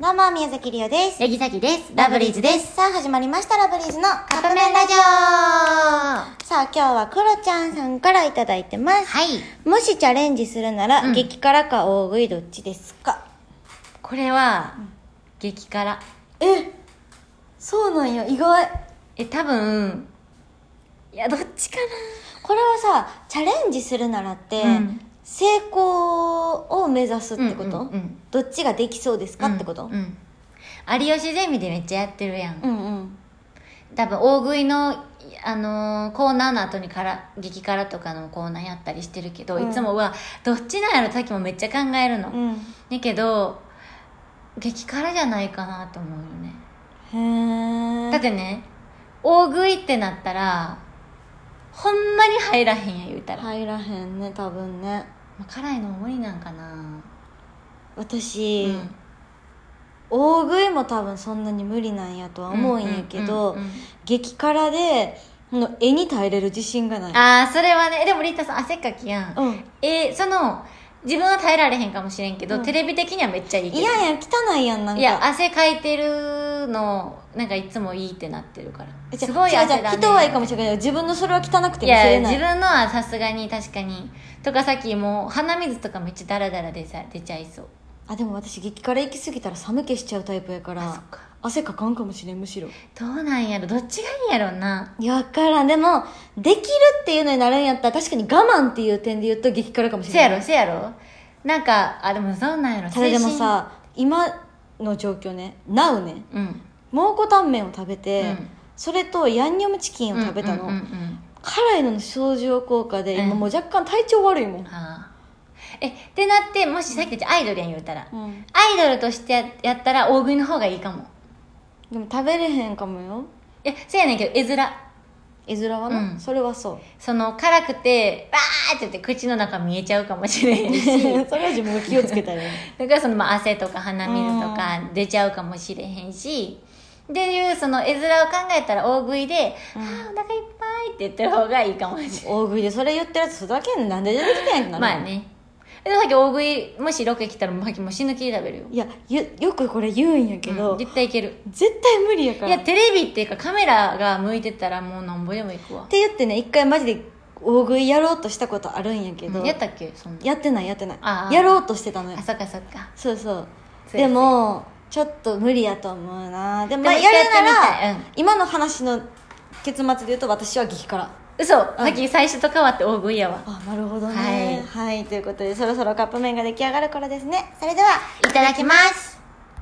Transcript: どうも、宮崎りおです。ヤギザキです。す。さあ、始まりました、ラブリーズのカップ麺ラジオはさあ、今日はクロちゃんさんからいただいてます。い。もしチャレンジするなら、うん激辛か大食いどっちですかこれは、激辛。え、そうなんや、意外。え、多分、いや、どっちかこれはさ、チャレンジするならって、うん成功を目指すってこと、うんうんうんどっちができそうですか、な。ってこと、うんうん。有吉ゼミでめっちゃやってるやん。うんうん。多分、大食いの、あのーコーナーの後にから激辛とかのコーナーやったりしてるけど、うんいつもはどっちなんやろさっきもめっちゃ考えるの、うん。だけど激辛じゃないかなと思うよねへーだってね大食いってなったらほんまに入らへんや言うたら、入らへんね、多分ね。まあ辛いのも無理なんかな、私、うん大食いも多分そんなに無理なんやとは思うんやけど、うんうんうんうん激辛でこの絵に耐えれる自信がないああそれはねでもリータさん汗っかきやん、うんえーその自分は耐えられへんかもしれんけど、うんテレビ的にはめっちゃいいけどいやいや汚いやんなんかいや汗かいてるのなんかいつもいいってなってるからじゃすごい汗違うだ、違うね、人はいいかもしれないけど自分のそれは汚くてい見せやれない自分のはさすがに確かにとかさっきもう鼻水とかめっちゃダラダラ出さ出ちゃいそうあでも私激辛行き過ぎたら寒気しちゃうタイプやかあそらっか汗かかんかもしれんむしろどうなんやろどっちがいいんやろないやわからんでもできるっていうのになるんやったら確かに我慢っていう点で言うと激辛かもしせれやないろせやろなんかあでもそうなんやろただでもさ今の状況ね NOW ね精神うん蒙古タンメンを食べて、うんそれとヤンニョムチキンを食べたの、うんうんうん辛いのの症状効果で今うんもう若干体調悪いもん、うんあーえってなってもしさっきたちアイドルやん言うたら、うんアイドルとしてややったら大食いの方がいいかもでも食べれへんかもよいやせやねんけど絵面絵面はな、うんそれはそうその辛くてバーって言って口の中見えちゃうかもしれへ んそしれは自分が気をつけたらい いだからそのまあ汗とか鼻水とか出ちゃうかもしれへんし、っていうその絵面を考えたら大食いで、ああお腹いっぱいって言ってる方がいいかもしれ大食いでそれ言ってるやつふざけんななんで出てきてんのないまあねでもさっき大食いもしロケ来たらもうさっきもう死ぬ気で食べるよいやよよくこれ言うんやけど、うん絶対いける絶対無理やかいらやっテレビっていうかカメラが向いてたらもうなんぼでも行くわて言ってね一回マジで大食いやろうとしたことあるんやけど、やったっけそんなやってないやってないあーやろうとしてたのよあそっかそっかそうそうそうでやもちょっと無理やと思うなでもでまもあやるなら、やってみたいうん今の話の結末で言うと私は激辛嘘さっき最初と変わって大食いやわあなるほどねはい、ということでそろそろカップ麺が出来上がる頃ですねそれではいただきます